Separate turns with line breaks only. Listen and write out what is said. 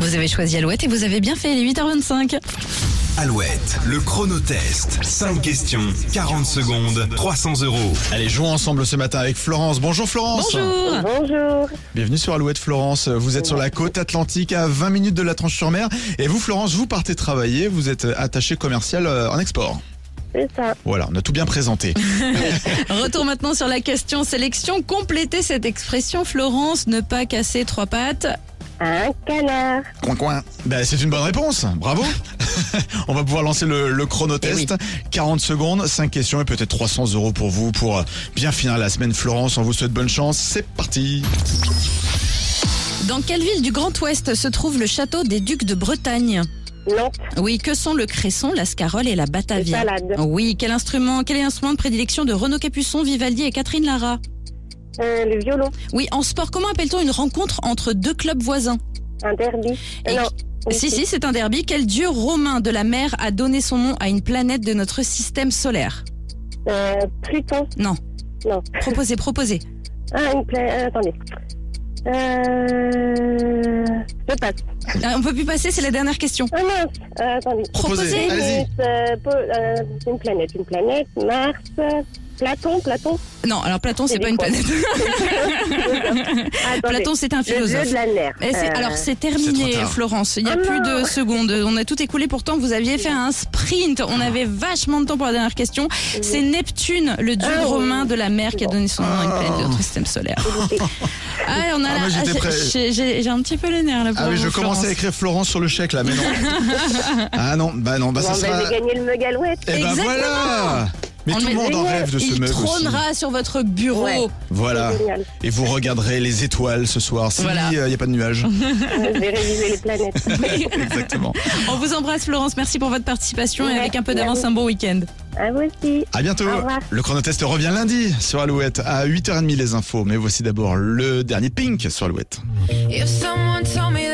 vous avez choisi Alouette et vous avez bien fait les 8h25.
Alouette, le chronotest. 5 questions, 40 secondes, 300 euros.
Allez, jouons ensemble ce matin avec Florence. Bonjour Florence.
Bonjour
Bonjour.
Bienvenue sur Alouette Florence. Vous êtes sur la côte atlantique à 20 minutes de la Tranche-sur-Mer. Et vous Florence, vous partez travailler, vous êtes attaché commercial euh, en export.
C'est ça.
Voilà, on a tout bien présenté.
Retour maintenant sur la question sélection. Complétez cette expression, Florence, ne pas casser trois pattes.
Un canard.
Coin coin. Ben, c'est une bonne réponse. Bravo. on va pouvoir lancer le, le chronotest. 40 secondes, 5 questions et peut-être 300 euros pour vous pour euh, bien finir la semaine Florence. On vous souhaite bonne chance. C'est parti.
Dans quelle ville du Grand Ouest se trouve le château des Ducs de Bretagne
Non.
Oui, que sont le cresson, la scarole et la batavia
Les salades.
Oui, quel instrument Quel est l'instrument de prédilection de Renaud Capuçon, Vivaldi et Catherine Lara
Euh, le violon.
Oui, en sport, comment appelle-t-on une rencontre entre deux clubs voisins
Un derby. Euh,
Et-
non.
Si, si, c'est un derby. Quel dieu romain de la mer a donné son nom à une planète de notre système solaire
Euh, Pluton.
Non.
Non.
Proposez, proposez.
Ah, une pla- euh, attendez. Euh... Je passe.
Ah, On peut plus passer, c'est la dernière question.
Ah mince. Euh, attendez.
Proposez.
Proposez. Allez-y.
Euh, po- euh, une planète, une planète. Mars. euh, Platon, Platon.
Non, alors Platon, c'est
C'est
pas
des
une
quoi
planète.
Attendez.
Platon, c'est un
le dieu
philosophe.
de la mer.
Et c'est-
Euh,
alors c'est
C'est
terminé
trop tard.
Florence, il y a
Oh
plus
non.
de secondes, on a tout écoulé pourtant vous aviez fait un sprint, on
Ah.
avait vachement de temps pour la dernière question. C'est Neptune, le dieu
Ah oui.
romain de la mer qui a donné son nom à une planète de notre système solaire. Ah, on a
Ah,
la-
moi, j'étais
j'ai-
prêt.
j'ai- j'ai j'ai un petit peu les nerfs là pour
Ah oui,
vous,
je commençais à
Florence.
écrire Florence sur le chèque là, mais non. ah non, bah non, bah
Bon,
ça
ben,
sera.
j'ai gagné le megalouette.
Eh ben
Exactement.
voilà Mais
On
tout
le
le
met-
monde en
Génial.
rêve de ce
Il
meuble aussi.
trônera sur votre bureau.
Ouais.
Voilà.
Génial.
Et vous regarderez les étoiles ce soir s'il n'y
Voilà.
a pas de nuages.
Euh, Je vais réviser les planètes.
Exactement.
On vous embrasse Florence, merci pour votre participation et
Ouais,
avec un peu
merci à
d'avance
vous.
un bon week-end.
À vous aussi.
À bientôt.
Au revoir.
Le chronotest revient lundi sur Alouette à 8h30 les infos. Mais voici d'abord le dernier Pink sur Alouette.
If someone told me that